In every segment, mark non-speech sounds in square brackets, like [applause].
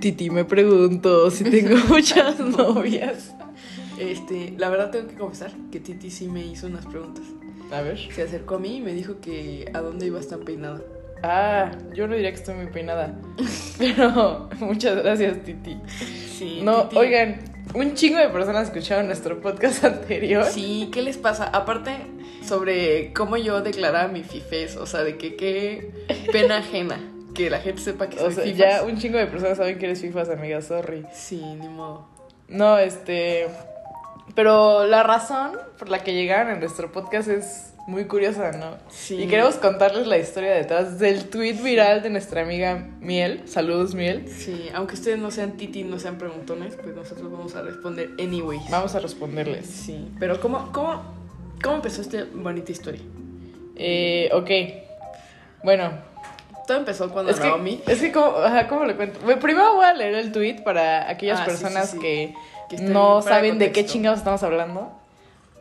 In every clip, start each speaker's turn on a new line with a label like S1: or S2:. S1: Titi me preguntó si [laughs] tengo muchas novias. Este, la verdad tengo que confesar que Titi sí me hizo unas preguntas.
S2: A ver.
S1: Se acercó a mí y me dijo que a dónde ibas tan peinada.
S2: Ah, yo no diría que estoy muy peinada. Pero [laughs] muchas gracias, Titi.
S1: Sí.
S2: No,
S1: Titi.
S2: oigan, un chingo de personas escucharon nuestro podcast [laughs] anterior.
S1: Sí, ¿qué les pasa? Aparte, sobre cómo yo declaraba mi fifes, o sea, de que qué pena ajena que la gente sepa que
S2: O
S1: soy
S2: sea,
S1: fifas.
S2: ya un chingo de personas saben que eres fifas, amiga, sorry.
S1: Sí, ni modo.
S2: No, este. Pero la razón por la que llegaron a nuestro podcast es muy curiosa, ¿no?
S1: Sí.
S2: Y queremos contarles la historia detrás del tweet viral de nuestra amiga Miel. Saludos, Miel.
S1: Sí, aunque ustedes no sean Titi, no sean preguntones, pues nosotros vamos a responder anyways.
S2: Vamos a responderles.
S1: Sí, pero ¿cómo, cómo, cómo empezó esta bonita historia?
S2: Eh, ok. Bueno,
S1: Todo empezó cuando
S2: es
S1: Naomi,
S2: que, es que como, ajá, ¿cómo le cuento? Bueno, primero voy a leer el tweet para aquellas
S1: Ah, sí, sí,
S2: personas
S1: sí.
S2: que,
S1: que está
S2: no
S1: en- fuera
S2: saben de qué
S1: contexto.
S2: chingados estamos hablando.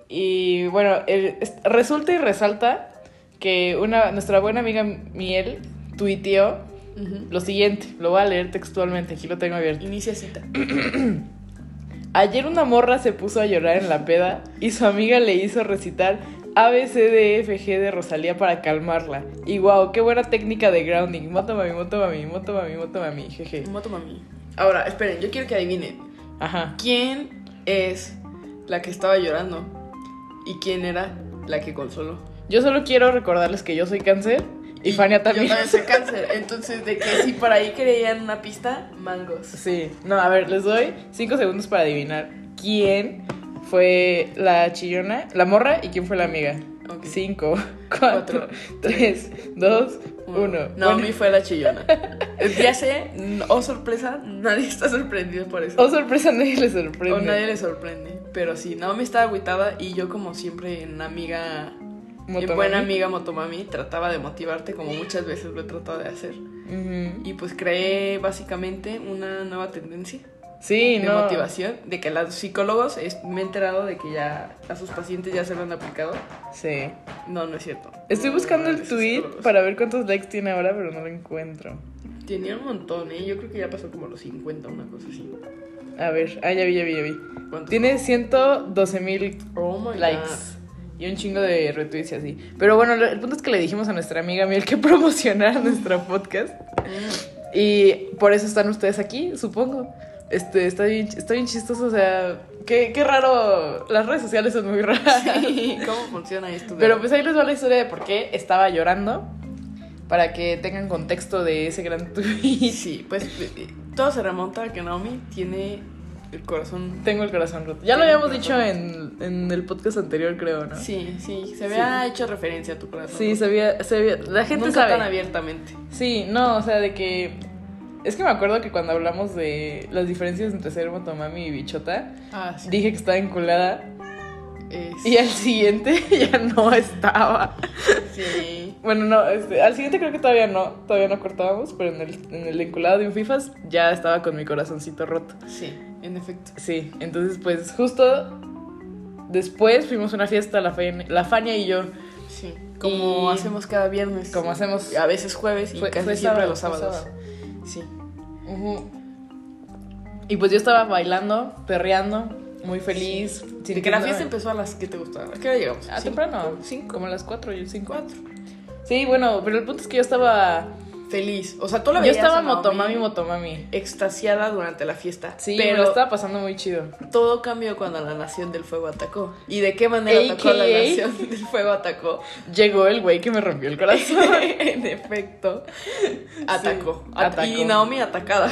S2: Y bueno, el- es- resulta y resalta que una, nuestra buena amiga Miel tuiteó
S1: Ujú.
S2: lo siguiente, lo voy a leer textualmente, aquí lo tengo abierto.
S1: Inicia cita.
S2: Ayer una morra se puso a llorar en la peda y su amiga le hizo recitar ABCDFG E de Rosalía para calmarla. Y wow, qué buena técnica de grounding. Moto mami, moto mami, moto mami, moto mami, jeje.
S1: Moto mami. Ahora, esperen, yo quiero que adivinen.
S2: Ajá.
S1: ¿Quién es la que estaba llorando? ¿Y quién era la que consoló?
S2: Yo solo quiero recordarles que yo soy cáncer y Fania también.
S1: Yo también soy cáncer. Entonces, de que si por ahí creían una pista, mangos.
S2: [laughs] Sí, no, a ver, les doy cinco segundos para adivinar quién fue la chillona, la morra y quién fue la amiga.
S1: Ok.
S2: Cinco, [laughs] cuatro,
S1: Cuatro,
S2: tres, dos, uno.
S1: No,
S2: Bueno,
S1: mi fue la chillona. ya sé, n- oh sorpresa, nadie está sorprendido por eso.
S2: Oh, sorpresa, [laughs] nadie le sorprende.
S1: O nadie le sorprende. Pero sí, Naomi estaba agüitada y yo, como siempre, en amiga. En
S2: Motomami.
S1: buena amiga Motomami, trataba de motivarte como muchas veces lo he tratado de hacer.
S2: Ujú.
S1: Y pues creé básicamente una nueva tendencia
S2: Sí,
S1: de
S2: no.
S1: motivación, de que los psicólogos, es- me he enterado de que ya a sus pacientes ya se lo han aplicado.
S2: Sí.
S1: No, no es cierto.
S2: Estoy
S1: No,
S2: buscando
S1: no,
S2: el
S1: esos
S2: tweet
S1: psicólogos.
S2: para ver cuántos likes tiene ahora, pero no lo encuentro.
S1: Tenía un montón, ¿eh? Yo creo que ya pasó como los 50, una cosa así.
S2: A ver, ah, ya vi, ya vi, ya vi.
S1: ¿Cuántos?
S2: Tiene 112 mil
S1: Oh my
S2: likes. Y un chingo de retweets y así. Pero bueno, lo- el punto es que le dijimos a nuestra amiga Miel que [laughs] promocionara nuestro podcast. [laughs]
S1: God. Mm.
S2: Y por eso están ustedes aquí, supongo. Este, está bien, está bien chistoso, o sea, qué, qué raro. Las redes sociales son muy raras.
S1: ¿Y ¿Cómo funciona esto? de-
S2: Pero pues ahí les va la historia de por qué estaba llorando. Para que tengan contexto de ese gran [laughs]
S1: Y
S2: tweet.
S1: sí, pues eh, todo se remonta a que Naomi tiene el corazón.
S2: Tengo el corazón roto. Ya lo
S1: Tengo el
S2: habíamos dicho en, en el podcast anterior, creo, ¿no?
S1: Sí, sí, se había hecho referencia a tu corazón.
S2: Sí, se había, se había- La gente
S1: Nunca
S2: sabe.
S1: tan abiertamente.
S2: Sí, no, o sea, de que. Es que me acuerdo que cuando hablamos de las diferencias entre ser motomami y bichota,
S1: Ah, sí.
S2: dije que estaba enculada
S1: Es-
S2: y al siguiente [laughs] ya no estaba.
S1: Sí.
S2: Bueno, no, este, al siguiente creo que todavía no, todavía no cortábamos, pero en el, en el enculado de un FIFAs ya estaba con mi corazoncito roto.
S1: Sí, en efecto.
S2: Sí, entonces pues justo después fuimos a una fiesta, la, Fania- la Fania y yo,
S1: Sí. Como
S2: Y-
S1: hacemos cada viernes.
S2: como hacemos...
S1: A veces jueves y
S2: fue-
S1: casi
S2: fue
S1: siempre
S2: sábado,
S1: los
S2: fue
S1: sábados.
S2: sábado.
S1: Sí.
S2: Ujú. Y pues yo estaba bailando, perreando, muy feliz.
S1: De que la
S2: sintiéndome-
S1: fiesta empezó a las que te gustaban. ¿A qué hora llegamos?
S2: Ah,
S1: Cinco,
S2: temprano.
S1: Cinco.
S2: Como a las 4, yo 5.
S1: Cuatro.
S2: Sí, bueno, pero el punto es que yo estaba.
S1: Feliz. O sea, tú la
S2: Yo
S1: veías
S2: estaba
S1: a Naomi
S2: motomami, motomami.
S1: extasiada durante la fiesta.
S2: Sí, pero
S1: pero
S2: estaba pasando muy chido.
S1: todo cambió cuando la Nación del Fuego atacó. ¿Y de qué manera atacó la
S2: AKA?
S1: Nación del Fuego atacó?
S2: Llegó el güey que me rompió el corazón.
S1: [laughs]
S2: [laughs]
S1: en efecto, atacó. At-
S2: atacó.
S1: Y Naomi atacada.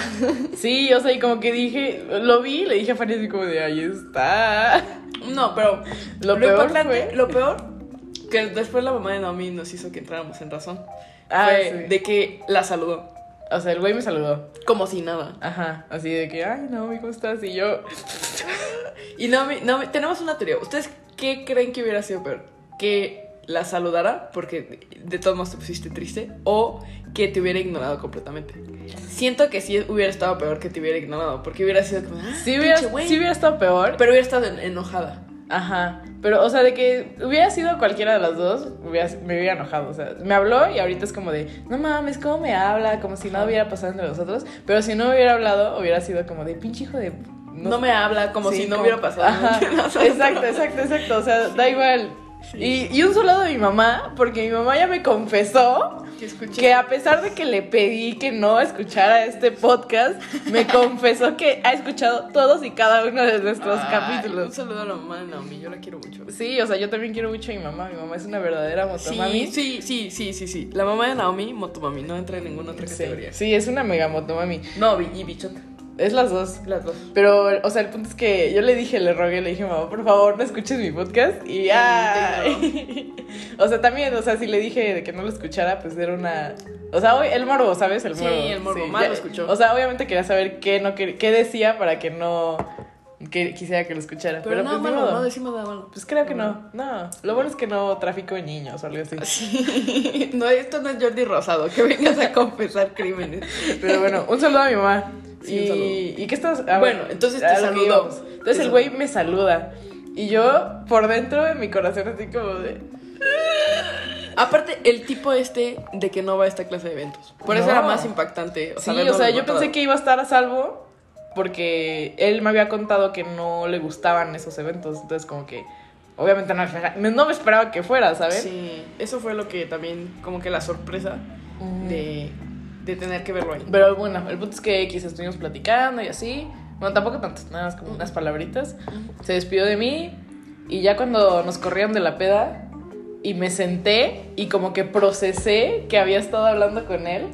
S2: sí, o sea, y como que dije, lo vi, le dije a Fanny así como de ahí está. [laughs]
S1: No, pero
S2: Lo
S1: lo,
S2: peor
S1: importante,
S2: fue-
S1: lo peor, que después la mamá de Naomi nos hizo que entráramos en razón,
S2: Ah,
S1: fue
S2: sí.
S1: de que la saludó,
S2: O sea, el güey me saludó.
S1: como si nada.
S2: Ajá. Así de que, ay, no, ¿cómo estás? Y yo,
S1: Y Naomi, Naomi- tenemos una teoría. ¿Ustedes qué creen que hubiera sido peor? ¿Que la saludara porque de- de todos modos te pusiste triste? ¿O que te hubiera ignorado completamente? Siento que sí hubiera estado peor que te hubiera ignorado, porque hubiera sido como, ah,
S2: sí hubiera,
S1: pinche güey.
S2: sí hubiera estado peor.
S1: Pero hubiera estado en- enojada.
S2: Ajá, pero o sea, de que hubiera sido cualquiera de las dos, hubiera- me hubiera enojado. O sea, me habló y ahorita es como de, no mames, ¿cómo me habla? Como si nada hubiera pasado entre nosotros. Pero si no hubiera hablado, hubiera sido como de, pinche hijo de.
S1: No, me habla como
S2: Sí,
S1: si no hubiera
S2: [laughs]
S1: pasado.
S2: Ajá,
S1: nada.
S2: Exacto, exacto, exacto. O sea, da igual. Y, y un saludo de mi mamá, porque mi mamá ya me confesó
S1: Que escuché.
S2: que a pesar de que le pedí que no escuchara este podcast, [laughs] me confesó que ha escuchado todos y cada uno de nuestros
S1: Ay, Un
S2: capítulos.
S1: saludo a la mamá de Naomi, yo la quiero mucho.
S2: Sí, o sea, yo también quiero mucho a mi mamá. Mi mamá es una verdadera
S1: Sí,
S2: motomami.
S1: sí, sí, sí, sí, sí. La mamá de Naomi, Motomami, no entra en ninguna otra
S2: Sí,
S1: categoría.
S2: sí, es una mega motomami.
S1: No, y bichota.
S2: Es las dos.
S1: Las dos.
S2: Pero, o sea, el punto es que yo le dije, le rogué, le dije, mamá, por favor, no escuches mi podcast. Y ya. o sea, también, o sea, si le dije de que no lo escuchara, pues era una. O sea, hoy el morbo, ¿sabes? El
S1: Sí,
S2: morbo.
S1: el morbo, mal
S2: ya-
S1: lo escuchó.
S2: O sea, obviamente quería saber qué, no, quer- qué decía para que no. que quisiera que lo escuchara.
S1: Pero,
S2: Pero,
S1: nada
S2: pues, ni
S1: malo,
S2: modo.
S1: no decimos nada malo.
S2: Pues creo que no. No. Lo bueno es que no trafico niños o algo así.
S1: Sí. [laughs] No, esto no es Jordi Rosado, que vengas a confesar crímenes.
S2: Pero bueno, un saludo a mi mamá.
S1: [laughs] Sí, un
S2: y,
S1: saludo.
S2: ¿y qué estás? a
S1: Bueno, entonces te
S2: a lo que
S1: saludó.
S2: íbamos.
S1: Te
S2: Entonces el
S1: saludó.
S2: güey me saluda. Y yo, por dentro de mi corazón, así como de.
S1: Aparte, el tipo este de que no va a esta clase de eventos. Por eso
S2: No.
S1: era más impactante. O sea,
S2: sí,
S1: verlo
S2: o sea, yo
S1: derrotado.
S2: pensé que iba a estar a salvo porque él me había contado que no le gustaban esos eventos. Entonces, como que. Obviamente no, me- no me esperaba que fuera, ¿sabes?
S1: Sí, eso fue lo que también, como que la sorpresa
S2: Mm.
S1: de, de tener que verlo ahí.
S2: Pero bueno, el punto es que X estuvimos platicando y así. Bueno, tampoco tanto, nada más como unas palabritas. Se despidió de mí y ya cuando nos corrieron de la peda y me senté y como que procesé que había estado hablando con él,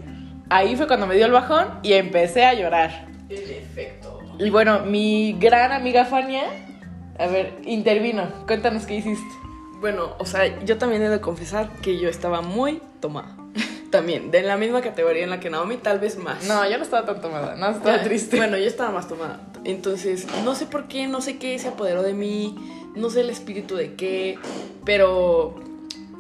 S2: ahí fue cuando me dio el bajón y empecé a llorar.
S1: El efecto.
S2: Y bueno, mi gran amiga Fania, a ver, intervino. Cuéntanos qué hiciste.
S1: Bueno, o sea, yo también he de confesar que yo estaba muy tomada. [laughs] También, de la misma categoría en la que Naomi, tal vez más.
S2: No, yo no estaba tan tomada, no estaba
S1: Ya,
S2: triste.
S1: Bueno, yo estaba más tomada. Entonces, no sé por qué, no sé qué se apoderó de mí, no sé el espíritu de qué, pero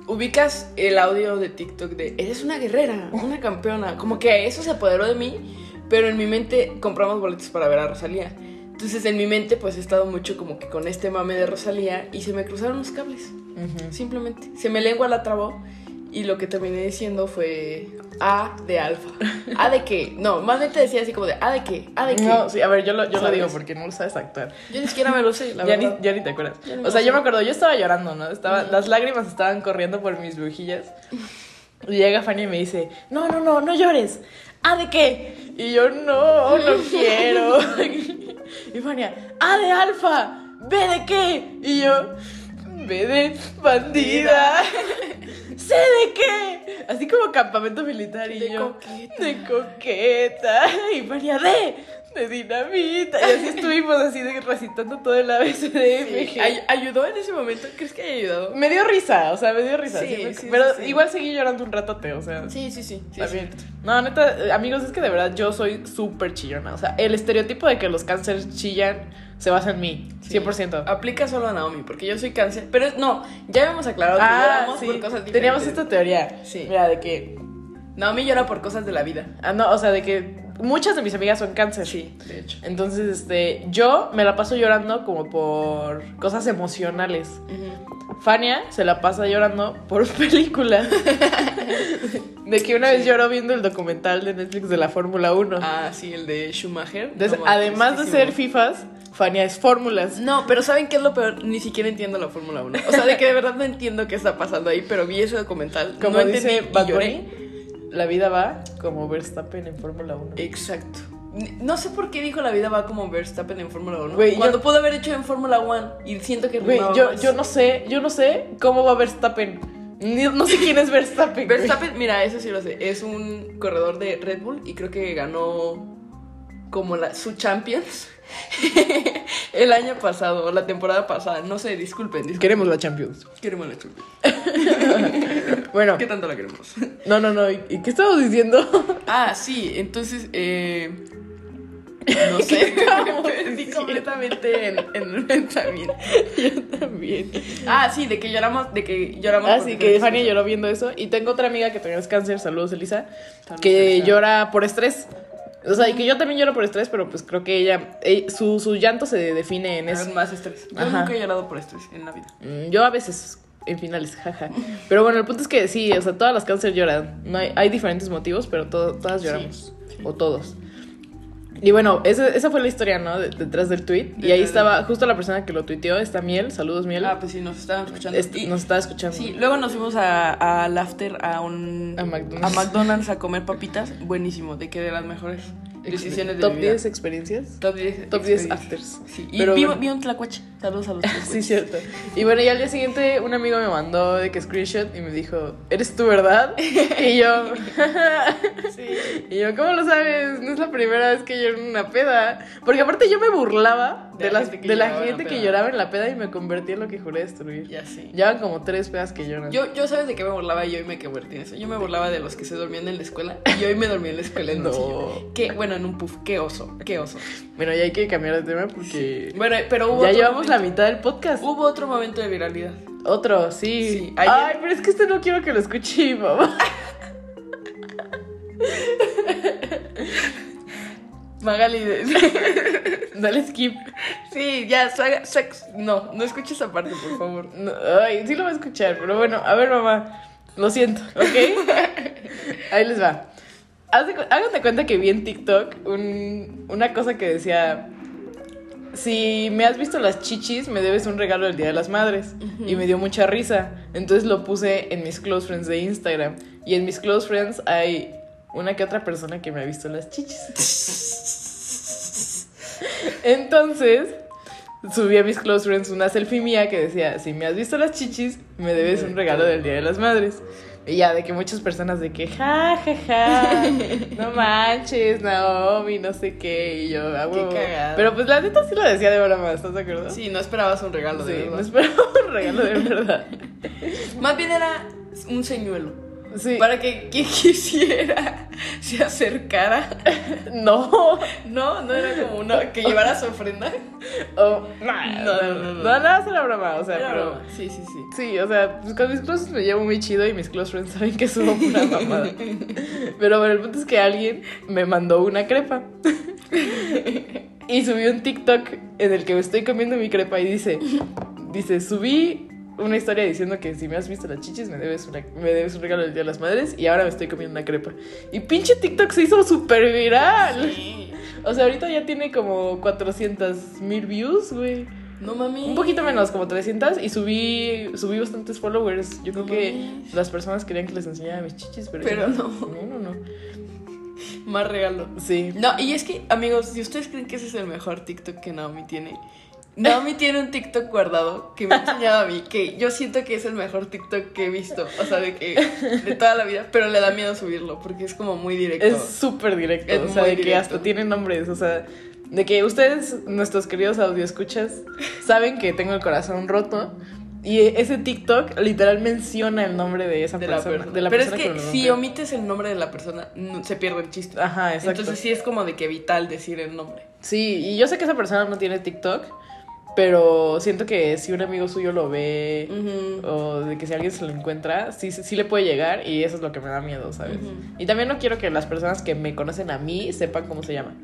S1: ubicas el audio de TikTok de eres una guerrera, una campeona. Como que eso se apoderó de mí, pero en mi mente compramos boletos para ver a Rosalía. Entonces, en mi mente, pues he estado mucho como que con este mame de Rosalía y se me cruzaron los cables.
S2: Ujú.
S1: Simplemente. Se me lengua la trabó. Y lo que terminé diciendo fue A de alfa. [laughs] ¿A de qué? No, más bien te decía así como de A de qué, A de qué.
S2: No, sí, a ver, yo lo, yo lo
S1: ¿Sabes?
S2: digo porque no lo sabes actuar.
S1: Yo ni siquiera me lo sé, la
S2: ya, ni,
S1: verdad.
S2: ya ni te acuerdas.
S1: Ya ni me
S2: O sea,
S1: lo
S2: yo
S1: sé.
S2: me acuerdo, yo estaba llorando, ¿no? Estaba,
S1: Ujú.
S2: Las lágrimas estaban corriendo por mis mejillas. Y llega Fanny y me dice, no, no, no, no llores. ¿Ah, de qué? Y yo, no,
S1: [laughs]
S2: no quiero. y Fanny, ¿ah, de alfa? ¿B de qué? Y yo, ¿B de bandida? [laughs] ¿C de qué? Así como campamento militar y
S1: De
S2: yo,
S1: coqueta.
S2: de coqueta. [laughs] Y María D, de dinamita. Y así estuvimos así de recitando todo el ABCDFG.
S1: Sí. Ay- ¿Ayudó en ese momento? ¿Crees que haya ayudado?
S2: Me dio risa, o sea, me dio risa.
S1: Sí,
S2: sí me-
S1: sí, sí,
S2: pero
S1: sí.
S2: igual seguí llorando un ratote, o sea.
S1: Sí, sí, sí. sí,
S2: también. No, neta, eh, amigos, es que de verdad yo soy súper chillona. O sea, el estereotipo de que los cánceres chillan se basa en mí,
S1: sí. Ah,
S2: 100%.
S1: Aplica solo a Naomi, porque yo soy cáncer. Pero es- no, ya habíamos aclarado que
S2: Ah,
S1: lloramos
S2: sí.
S1: por cosas diferentes.
S2: Teníamos esta teoría.
S1: Sí.
S2: Mira, de que.
S1: Naomi llora por cosas de la vida.
S2: Ah, no, o sea, de que muchas de mis amigas son cáncer.
S1: Sí, de hecho.
S2: Entonces, este, yo me la paso llorando como por cosas emocionales. Fania se la pasa llorando por [laughs] películas. de que una vez
S1: Sí.
S2: lloró viendo el documental de Netflix de la Fórmula 1.
S1: Ah, sí, el de Schumacher.
S2: Entonces,
S1: No,
S2: además de
S1: tristísimo.
S2: ser FIFAs, Fania es fórmulas.
S1: No, pero ¿saben qué es lo peor? Ni siquiera entiendo la Fórmula 1. O sea, de que de verdad no entiendo qué está pasando ahí, pero vi ese documental.
S2: Como
S1: no
S2: dice
S1: entendí y
S2: Bad
S1: lloré.
S2: Bunny, la vida va como Verstappen en Fórmula 1.
S1: Exacto. N- No sé por qué dijo la vida va como Verstappen en Fórmula 1.
S2: Güey,
S1: Cuando
S2: yo-
S1: pudo haber hecho en Fórmula 1 y siento que
S2: Güey,
S1: rimaba
S2: yo,
S1: más.
S2: yo no sé, yo no sé cómo va Verstappen. Ni- no sé quién es Verstappen. güey.
S1: Verstappen, mira, eso sí lo sé. Es un corredor de Red Bull y creo que ganó como la, su Champions [laughs] el año pasado o la temporada pasada. No sé, disculpen, disculpen.
S2: Queremos la Champions.
S1: Queremos la Champions.
S2: Bueno,
S1: ¿Qué tanto la queremos?
S2: no, no, no. ¿Y y qué estamos diciendo? [laughs]
S1: Ah, sí, entonces, eh,
S2: [laughs]
S1: no sé,
S2: estábamos
S1: me [laughs] perdí
S2: diciendo?
S1: completamente en, en el pensamiento.
S2: yo también.
S1: Ah, sí, de que lloramos, de que lloramos.
S2: Así Ah, que Fania
S1: yo
S2: lloró viendo eso. Y tengo otra amiga que también es cáncer, saludos Elisa,
S1: Saludos,
S2: que
S1: Elisa.
S2: llora por estrés. O sea, y que yo también lloro por estrés, pero pues creo que ella, eh, su, su llanto se define en eso.
S1: Aún más estrés. Yo
S2: Ajá.
S1: nunca he llorado por estrés en la vida.
S2: Mm, Yo a veces en finales, [laughs] jaja. Pero bueno, el punto es que sí, o sea, todas las cáncer lloran. No hay, hay diferentes motivos, pero to- todas lloramos.
S1: Ah,
S2: O todos. Y bueno, esa, esa fue la historia, ¿no? De- detrás del tweet. Y
S1: Detrás
S2: ahí
S1: del-
S2: estaba justo la persona que lo tuiteó, está Miel. Saludos, Miel.
S1: Ah, pues sí, nos estaban escuchando.
S2: Est-
S1: Y-
S2: Este, nos está escuchando.
S1: Sí, luego nos fuimos a, al after a un
S2: A McDonald's.
S1: a McDonald's a comer papitas. Buenísimo, de que de las mejores decisiones de
S2: Top
S1: mi vida.
S2: 10 experiencias.
S1: Top 10.
S2: Top 10
S1: experiencias.
S2: afters.
S1: Sí, y
S2: Pero
S1: vi,
S2: bueno.
S1: vi un tlacuache. Saludos a los
S2: [laughs] Sí,
S1: tlacuaches.
S2: cierto. Y bueno, y al día siguiente un amigo me mandó de que screenshot y me dijo, ¿eres tú,
S1: [laughs]
S2: verdad? Y yo, y yo, ¿cómo lo sabes? No es la primera vez que lloro en una peda. Porque aparte yo me burlaba de,
S1: De la
S2: las-
S1: gente que
S2: de la
S1: lloraba en la
S2: gente que
S1: peda.
S2: lloraba en la peda y me convertí en lo que juré destruir.
S1: Ya sí.
S2: Llevan como tres pedas que lloran.
S1: Yo, yo sabes de qué me burlaba yo y me convertí en eso. Yo me burlaba de los que se dormían en la escuela y hoy me dormí en la escuela en
S2: No.
S1: un sillón. Qué, bueno, en un puff, qué oso, qué oso.
S2: Bueno, ya hay que cambiar de tema porque
S1: Bueno, pero hubo
S2: ya
S1: otro
S2: llevamos la
S1: momento-
S2: mitad del podcast.
S1: Hubo otro momento de viralidad.
S2: Otro, sí.
S1: Sí, ayer-
S2: Ay, pero es que este no quiero que lo escuche mi mamá.
S1: Magali de- [laughs]
S2: Dale skip.
S1: Sí, ya, saga- sex. No, no escuches esa parte, por favor.
S2: No, ay, sí lo va a escuchar, pero bueno, a ver, mamá. Lo siento, ¿ok? Ahí les va. Haz de cu- Hagan de cuenta que vi en TikTok un- una cosa que decía: Si me has visto las chichis, me debes un regalo del Día de las Madres. Y me dio mucha risa. Entonces lo puse en mis close friends de Instagram. Y en mis close friends hay una que otra persona que me ha visto las chichis. Entonces, subí a mis close friends una selfie mía que decía, si me has visto las chichis, me debes un regalo del Día de las Madres. Y ya, de que muchas personas de que, ja, ja, ja, no manches, Naomi, no sé qué, y yo, ah,
S1: Qué
S2: huevo".
S1: cagado.
S2: Pero pues la neta sí lo decía de broma, ¿estás de acuerdo?
S1: Sí, no esperabas un regalo de
S2: Sí, no
S1: verdad.
S2: esperaba un regalo de verdad.
S1: Más bien era un señuelo.
S2: Sí.
S1: Para que quien [laughs] quisiera se acercara.
S2: No.
S1: No, no era como una que llevara su ofrenda.
S2: Oh, nah,
S1: No,
S2: no,
S1: no, no, no.
S2: nada, es una broma, o sea,
S1: Era
S2: pero...
S1: broma. Sí, sí, sí.
S2: Sí, o sea, pues con mis close friends me llevo muy chido y mis close friends saben que subo una mamada. Pero bueno, el punto es que alguien me mandó una crepa. Y subí un TikTok en el que me estoy comiendo mi crepa y dice, dice, subí una historia diciendo que si me has visto las chichis me debes, una- me debes un regalo del Día de las Madres y ahora me estoy comiendo una crepa. Y pinche TikTok se hizo súper viral.
S1: Sí.
S2: O sea, ahorita ya tiene como 400 mil views, güey.
S1: No mami.
S2: Un poquito menos, como 300 y subí subí bastantes followers. Yo creo
S1: No
S2: que
S1: mames.
S2: las personas querían que les enseñara mis chichis, pero,
S1: Pero
S2: yo-
S1: no.
S2: No, no, no.
S1: Más regalo.
S2: Sí.
S1: No, y es que, amigos, si ustedes creen que ese es el mejor TikTok que Naomi tiene, Naomi tiene un TikTok guardado que me ha enseñado a mí, que yo siento que es el mejor TikTok que he visto, o sea, de que de toda la vida, pero le da miedo subirlo porque es como muy directo.
S2: Es súper directo,
S1: Es
S2: o sea,
S1: muy
S2: de que
S1: directo.
S2: hasta tienen nombres, o sea, de que ustedes, nuestros queridos escuchas saben que tengo el corazón roto y ese TikTok literal menciona el nombre de esa
S1: de la
S2: persona,
S1: persona.
S2: de la
S1: pero
S2: persona
S1: es que
S2: me lo
S1: si
S2: nombró.
S1: omites el nombre de la persona, no- se pierde el chiste.
S2: Ajá, exacto.
S1: Entonces sí es como de que vital decir el nombre.
S2: Sí, y yo sé que esa persona no tiene TikTok, pero siento que si un amigo suyo lo
S1: Mm.
S2: ve
S1: Ujú.
S2: o de que si alguien se lo encuentra, sí, sí, sí le puede llegar y eso es lo que me da miedo, ¿sabes?
S1: Ujú.
S2: Y también no quiero que las personas que me conocen a mí sepan cómo se llama.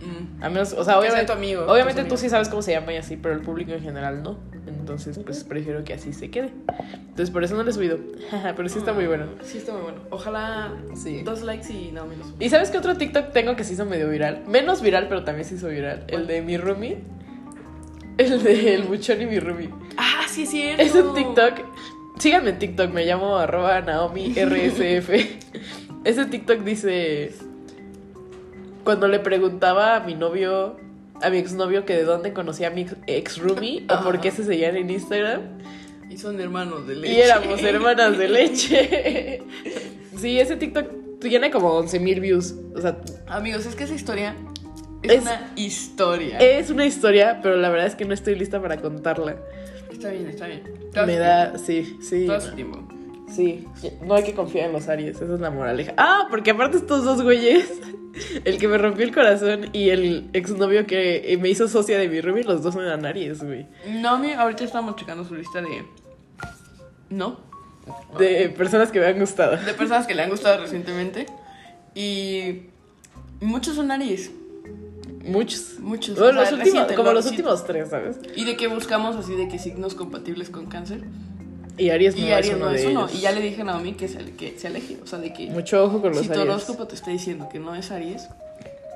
S1: Mm.
S2: A menos, o sea,
S1: Que sea
S2: obviamente,
S1: tu amigo,
S2: obviamente
S1: tus
S2: tú
S1: amigos.
S2: sí sabes cómo se llama y así, pero el público en general no. Entonces, pues prefiero que así se quede. Entonces, por eso no les subido. [laughs] pero sí está muy bueno.
S1: Sí está muy bueno. Ojalá
S2: Sí.
S1: dos likes y Naomi lo suba.
S2: ¿Y sabes qué otro TikTok tengo que se hizo medio viral? Menos viral, pero también se hizo viral. El de mi roomie. El de el buchón y mi roomie.
S1: Ah, sí es cierto.
S2: Es un TikTok. Síganme en TikTok, me llamo arroba Naomi RSF. [laughs] Ese TikTok dice. Cuando le preguntaba a mi novio, a mi exnovio, que de dónde conocía a mi ex roomie o por qué se seguían en Instagram.
S1: Y son hermanos de leche.
S2: Y
S1: [laughs]
S2: éramos hermanas de leche. Sí, ese TikTok tiene como 11 mil views. O sea,
S1: Amigos, es que esa historia es,
S2: Es-
S1: una historia.
S2: es una historia, pero la verdad es que no estoy lista para contarla.
S1: está bien, está bien.
S2: Me da, sí, sí.
S1: Todo su tiempo.
S2: Sí, no hay que confiar en los Aries, esa es la moraleja. Ah, porque aparte estos dos güeyes, [laughs] el que me rompió el corazón y el exnovio que eh, me hizo socia de mi roomie, los dos eran Aries, güey.
S1: Naomi, ahorita estamos checando su lista de. ¿No?
S2: De personas que me han gustado.
S1: De personas que le han gustado recientemente. Y. Muchos son Aries.
S2: Muchos.
S1: Muchos.
S2: Bueno,
S1: O
S2: los
S1: sea,
S2: últimos-
S1: reciente,
S2: como
S1: lo
S2: los
S1: reciente.
S2: últimos tres, ¿sabes?
S1: Y de que buscamos así de que signos compatibles con cáncer.
S2: Y Aries no
S1: Y Aries
S2: es uno
S1: no
S2: de
S1: es uno.
S2: ellos.
S1: Y ya le dije a Naomi que se, que se aleje. O sea, de que
S2: Mucho ojo con los
S1: si tu
S2: Aries.
S1: horóscopo te está diciendo que no es Aries,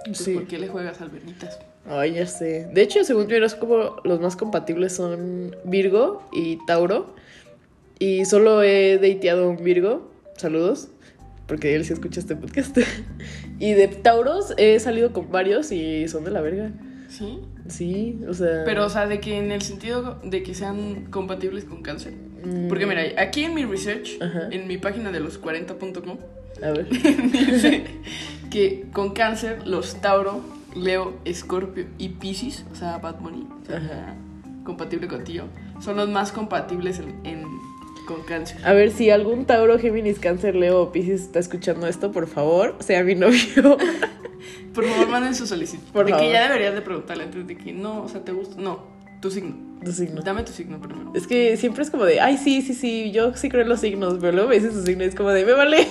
S1: pues
S2: Sí.
S1: ¿por qué le juegas albernitas?
S2: Ay, ya sé. De hecho, según mi horóscopo, los más compatibles son Virgo y Tauro. Y solo he dateado a un Virgo. Saludos. Porque él sí escucha este podcast. [laughs] y de Tauros he salido con varios y son de la verga.
S1: ¿Sí?
S2: Sí, o sea.
S1: Pero, o sea, de que en el sentido de que sean compatibles con cáncer.
S2: mm,
S1: Porque mira, aquí en mi research,
S2: Ajá.
S1: en mi página de los 40.com,
S2: A ver.
S1: [laughs] dice que con cáncer los Tauro, Leo, Escorpio y Pisces, o sea, Bad Bunny, o sea,
S2: Ajá.
S1: compatible contigo, son los más compatibles en- en- con cáncer.
S2: A ver, si algún Tauro, Géminis, Cáncer, Leo o Pisces está escuchando esto, por favor, sea mi novio. [laughs]
S1: Por favor, manden su solicitud.
S2: Por
S1: de
S2: favor.
S1: que ya deberías de preguntarle antes de que no, o sea, te gusta. No, tu signo.
S2: Tu signo.
S1: Dame tu signo primero.
S2: Es que siempre es como de, ay, sí, sí, sí, yo sí creo en los signos, pero luego me dicen su signo y es como de, me vale.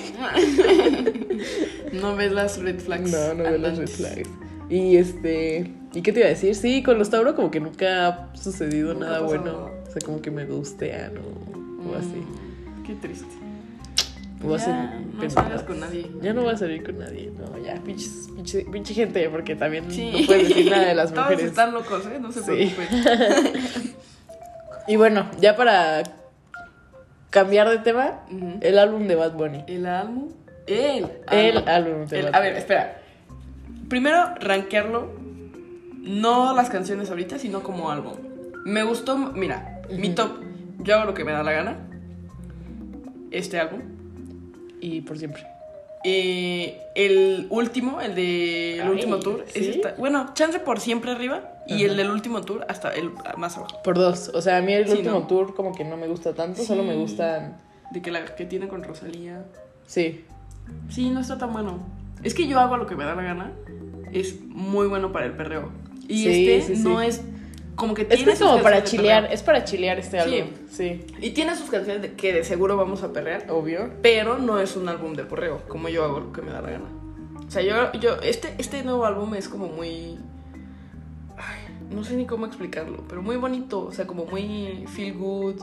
S1: No ves las red flags.
S2: No, no veo las red
S1: andantes.
S2: flags. Y este. ¿Y qué te iba a decir? Sí, con los Tauro como que nunca ha sucedido
S1: Nunca
S2: nada
S1: ha pasado
S2: bueno.
S1: nada.
S2: O sea, como que me gustean o, o así.
S1: Mm, Qué triste.
S2: O hacen
S1: Ya, no
S2: pendejadas.
S1: salgas con nadie.
S2: Ya no voy a salir con nadie. No, ya, pinches- pinche, pinche gente, porque también
S1: Sí.
S2: no puedes decir nada de las
S1: [laughs] Todos
S2: mujeres.
S1: están locos, ¿eh? No se
S2: Sí.
S1: preocupen.
S2: [laughs] Y bueno, ya para cambiar de tema,
S1: Ujú.
S2: el álbum de Bad Bunny.
S1: El álbum. El.
S2: El
S1: álbum.
S2: álbum de
S1: El-
S2: Bad
S1: a
S2: Bunny.
S1: ver, espera. Primero, rankearlo. No las canciones ahorita, sino como álbum. Me gustó, mira, mi
S2: Ujú.
S1: top. Yo hago lo que me da la gana. Este álbum.
S2: Y por siempre.
S1: Eh, el último, el de el
S2: Ay,
S1: último tour. ese
S2: ¿sí?
S1: está- bueno, chance por siempre arriba. Y
S2: Ajá.
S1: el del último tour hasta el más abajo.
S2: Por dos. O sea, a mí el
S1: Sí,
S2: último
S1: ¿no?
S2: tour como que no me gusta tanto, solo me
S1: Sí.
S2: gustan.
S1: De que la que tiene con Rosalía.
S2: Sí,
S1: Sí, no está tan bueno. Es que yo hago lo que me da la gana. Es muy bueno para el perreo. Y
S2: Sí,
S1: este
S2: sí, sí.
S1: no es como que
S2: Es
S1: tiene
S2: que es
S1: sus
S2: como para
S1: canciones de
S2: chilear,
S1: perreo.
S2: es para chilear este
S1: Sí.
S2: álbum. Sí,
S1: Y tiene sus canciones de que de seguro vamos a perrear,
S2: obvio.
S1: pero no es un álbum de perreo, como yo hago lo que me da la gana. O sea, yo, yo este, este nuevo álbum es como muy... ay, no sé ni cómo explicarlo, pero muy bonito, o sea, como muy feel good,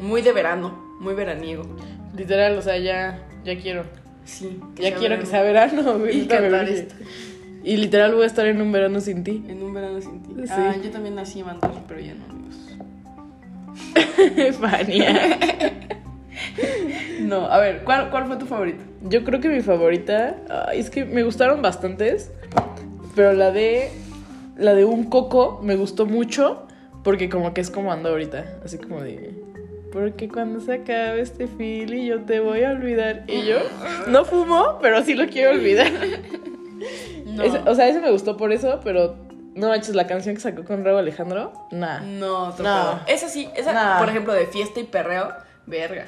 S1: muy de verano, muy veraniego.
S2: Literal, o sea, ya, ya quiero.
S1: Sí.
S2: Ya quiero que sea
S1: verano.
S2: verano, güey,
S1: Y
S2: nunca me
S1: cantar
S2: dije.
S1: esto.
S2: Y literal voy a estar en un verano sin ti.
S1: [laughs] En un verano sin ti.
S2: Sí.
S1: Ah, yo también nací en Andor, pero ya no, amigos.
S2: Fania.
S1: No, a ver, ¿cuál, cuál fue tu favorito?
S2: Yo creo que mi favorita, ay, es que me gustaron bastantes, pero la de la de un coco me gustó mucho porque como que es como ando ahorita, así como de porque cuando se acabe este feeling yo te voy a olvidar y yo no fumo, pero sí lo quiero olvidar.
S1: No.
S2: Ese- o sea, ese me gustó por eso, pero no manches, la canción que sacó con Raúl Alejandro, nah.
S1: no, otro
S2: No.
S1: pedo. Esa sí, esa,
S2: No.
S1: por ejemplo, de fiesta y perreo, verga.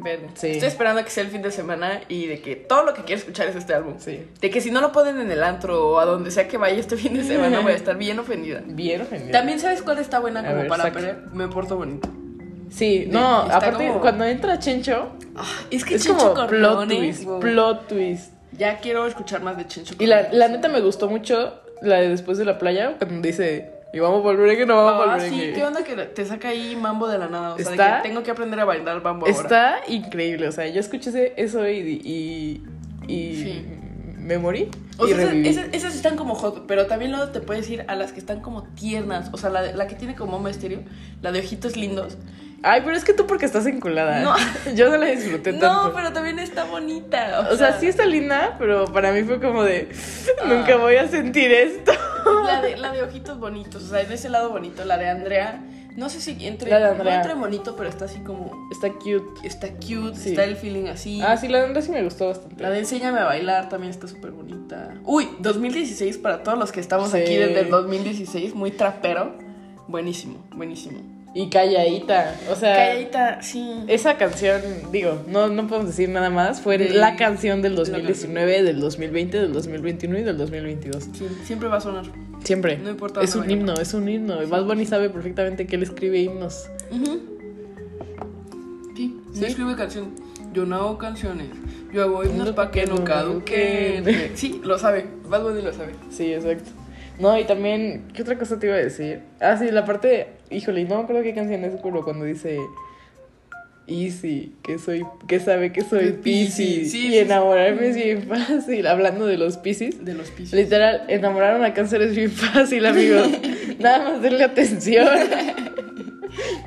S1: Verga.
S2: Sí.
S1: Estoy esperando a que sea el fin de semana y de que todo lo que quiero escuchar es este álbum.
S2: Sí.
S1: De que si no lo ponen en el antro o a donde sea que vaya este fin de semana, voy a estar bien ofendida.
S2: Bien ofendido.
S1: [laughs] También sabes cuál está buena
S2: A
S1: como
S2: ver,
S1: para
S2: saca.
S1: perrear? Me porto bonito.
S2: Sí,
S1: de-
S2: no,
S1: está
S2: aparte
S1: como-
S2: cuando entra Chencho,
S1: Ah, es que
S2: es
S1: Chencho
S2: como plot
S1: Corleone,
S2: twist,
S1: güey.
S2: plot twist.
S1: Ya quiero escuchar más de Chencho
S2: Y la,
S1: Corleone.
S2: la neta me gustó mucho la de después de la playa, cuando dice, y vamos a volver que no vamos a
S1: Ah,
S2: volver
S1: sí, ¿qué onda que te saca ahí mambo de la nada? O sea, de
S2: Está-
S1: que tengo que aprender a bailar mambo ahora.
S2: Está increíble, o sea, yo escuché ese- eso y, y, y
S1: Sí.
S2: me morí.
S1: O
S2: y
S1: sea, esas,
S2: reviví.
S1: esas- esas están como hot, pero también luego te puedes ir a las que están como tiernas. O sea, la, de- la que tiene como misterio, la de ojitos lindos.
S2: Ay, pero es que tú porque estás enculada.
S1: No.
S2: [laughs] Yo no la disfruté tanto.
S1: No, pero también está bonita.
S2: O sea, sí está linda, pero para mí fue como de, nunca
S1: Ah.
S2: voy a sentir esto.
S1: La de, la de ojitos bonitos, o sea, en ese lado bonito, la de Andrea. No sé si entre,
S2: La de
S1: no
S2: Andrea.
S1: entre bonito, pero está así como.
S2: Está cute.
S1: Está cute,
S2: Sí.
S1: está el feeling así.
S2: Ah, sí, la onda sí me gustó bastante.
S1: La de Enséñame a bailar también está súper bonita. Uy, 2016 para todos los que estamos
S2: Sí.
S1: aquí desde el 2016, muy trapero. Buenísimo, buenísimo.
S2: Y calladita. O sea,
S1: Calladita, sí.
S2: esa canción, digo, no, no podemos decir nada más. Fue
S1: De-
S2: la canción del
S1: la
S2: 2019, del 2020, del 2021 y del 2022.
S1: Sí, siempre va a sonar.
S2: Siempre.
S1: No importa
S2: Es
S1: dónde
S2: un
S1: vayamos.
S2: himno, es un himno. Y Bad Bunny sabe perfectamente que él escribe himnos.
S1: Sí,
S2: Sí.
S1: yo escribo canción. Yo no hago canciones. Yo hago himnos
S2: No
S1: pa' que
S2: pa' que
S1: no
S2: no
S1: caduquen.
S2: caduquen.
S1: Sí, lo sabe. Bad Bunny lo sabe.
S2: Sí, exacto. No, y también, ¿qué otra cosa te iba a decir? Ah, sí, la parte, de- híjole, no me acuerdo qué canción es, pero cuando dice Easy, que soy, que sabe que soy
S1: Soy Piscis.
S2: Piscis,
S1: Sí,
S2: y
S1: sí,
S2: enamorarme
S1: sí.
S2: es bien fácil, [laughs] hablando de los Piscis.
S1: De los pisos.
S2: Literal, enamorar a una cáncer es bien fácil,
S1: [laughs]
S2: amigos. Nada más darle atención.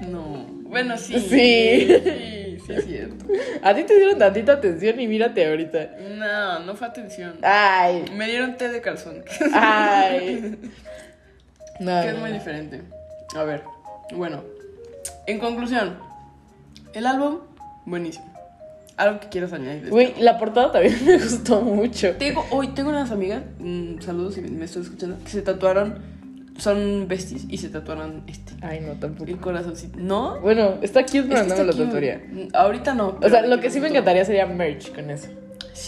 S1: No. Bueno, sí.
S2: Sí.
S1: Sí, sí es cierto.
S2: A ti te dieron tantita atención y mírate ahorita.
S1: No, no fue atención.
S2: Ay,
S1: Me dieron té de [laughs] calzones. [laughs]
S2: ay. No,
S1: Que es
S2: no,
S1: muy
S2: no.
S1: diferente. A ver, bueno. En conclusión, el álbum, buenísimo. Algo que quieras añadir. de este
S2: Güey,
S1: álbum?
S2: la portada también [laughs] me gustó mucho.
S1: Tengo, hoy tengo unas amigas, mm, saludos si me estoy escuchando, que se tatuaron, son besties y se tatuaron este.
S2: Ay, no, tampoco.
S1: El corazoncito. ¿No?
S2: Bueno, está cute,
S1: Es
S2: pero
S1: que
S2: no me
S1: está
S2: lo
S1: cute.
S2: tatuaría.
S1: Mm, Ahorita no.
S2: O
S1: pero
S2: sea,
S1: me
S2: lo que
S1: quiero
S2: sí me
S1: tatuar.
S2: encantaría sería merch con eso.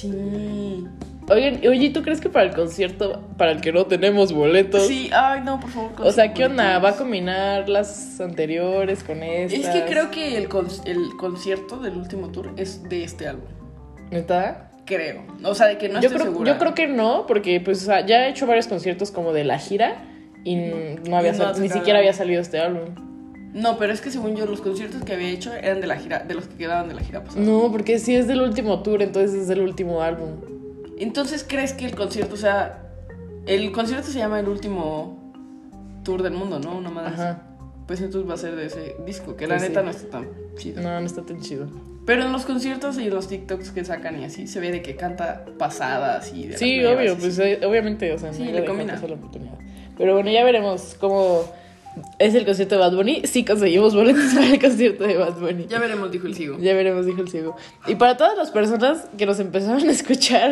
S1: Sí.
S2: Oigan, oye, ¿tú crees que para el concierto, para el que no tenemos boletos?
S1: Pues Sí, ay, no, por favor.
S2: O sea, ¿qué onda? ¿Va a
S1: consigue
S2: combinar las anteriores con
S1: boletos.
S2: estas?
S1: Es que creo que el, con- el concierto del último tour es de este álbum.
S2: ¿Neta?
S1: Creo. O sea, de que no
S2: yo,
S1: estoy
S2: creo,
S1: segura.
S2: yo creo que no, porque pues o sea, ya he hecho varios conciertos como de la gira y n- no había
S1: Mm, Y no
S2: sal- ni
S1: sacaron.
S2: siquiera había salido este álbum.
S1: No, pero es que según yo, los conciertos que había hecho eran de la gira, de los que quedaban de la gira pasada.
S2: No, porque si es del último tour, entonces es del último álbum.
S1: Entonces, ¿crees que el concierto sea. El concierto se llama el último tour del mundo, ¿no? Una madre. así.
S2: Ajá.
S1: Pues entonces va a ser de ese disco, que la
S2: Pues sí.
S1: neta no está tan chido.
S2: No, no está tan chido.
S1: Pero en los conciertos y los TikToks que sacan y así, se ve de que canta pasadas y de las
S2: Sí,
S1: nuevas,
S2: obvio,
S1: así.
S2: pues eh, obviamente, o sea,
S1: Sí,
S2: no
S1: le
S2: le
S1: combina.
S2: la oportunidad. Pero bueno, ya veremos cómo es el concierto de Bad Bunny. Si conseguimos boletos [laughs] para el concierto de Bad Bunny.
S1: Ya veremos, dijo el sigo.
S2: Ya veremos, dijo el ciego. Y para todas las personas que nos empezaron a escuchar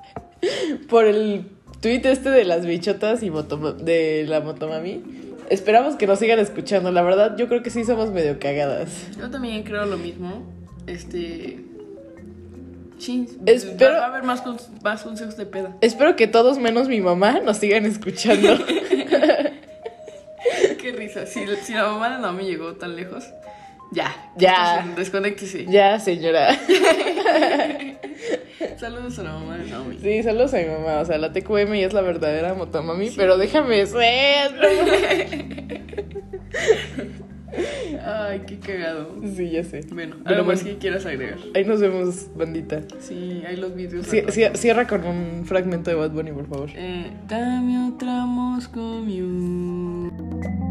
S2: [laughs] por el tweet este de las bichotas y moto- de la motomami, esperamos que nos sigan escuchando. La verdad, yo creo que sí somos medio cagadas.
S1: Yo también creo lo mismo. Este. Chins.
S2: Espero-
S1: Va a haber más, cons- más consejos de
S2: [laughs]
S1: peda.
S2: Espero que todos menos mi mamá nos sigan escuchando.
S1: [laughs] Qué risa. Si, si la mamá de Naomi llegó tan lejos, ya.
S2: Ya.
S1: Entonces, Desconéctese.
S2: ya, señora.
S1: Saludos a la mamá de Naomi.
S2: Sí, saludos a mi mamá. O sea, la TQM ya es la verdadera motomami, pero déjame ser.
S1: Ay, qué cagado.
S2: Sí, ya sé.
S1: Bueno,
S2: Pero
S1: algo más
S2: bueno.
S1: que quieras agregar.
S2: Ahí nos vemos, bandita.
S1: Sí, hay los videos.
S2: Cie-
S1: raros.
S2: cie- cierra con un fragmento de Bad Bunny, por favor.
S1: Eh, dame otra Moscow Mule.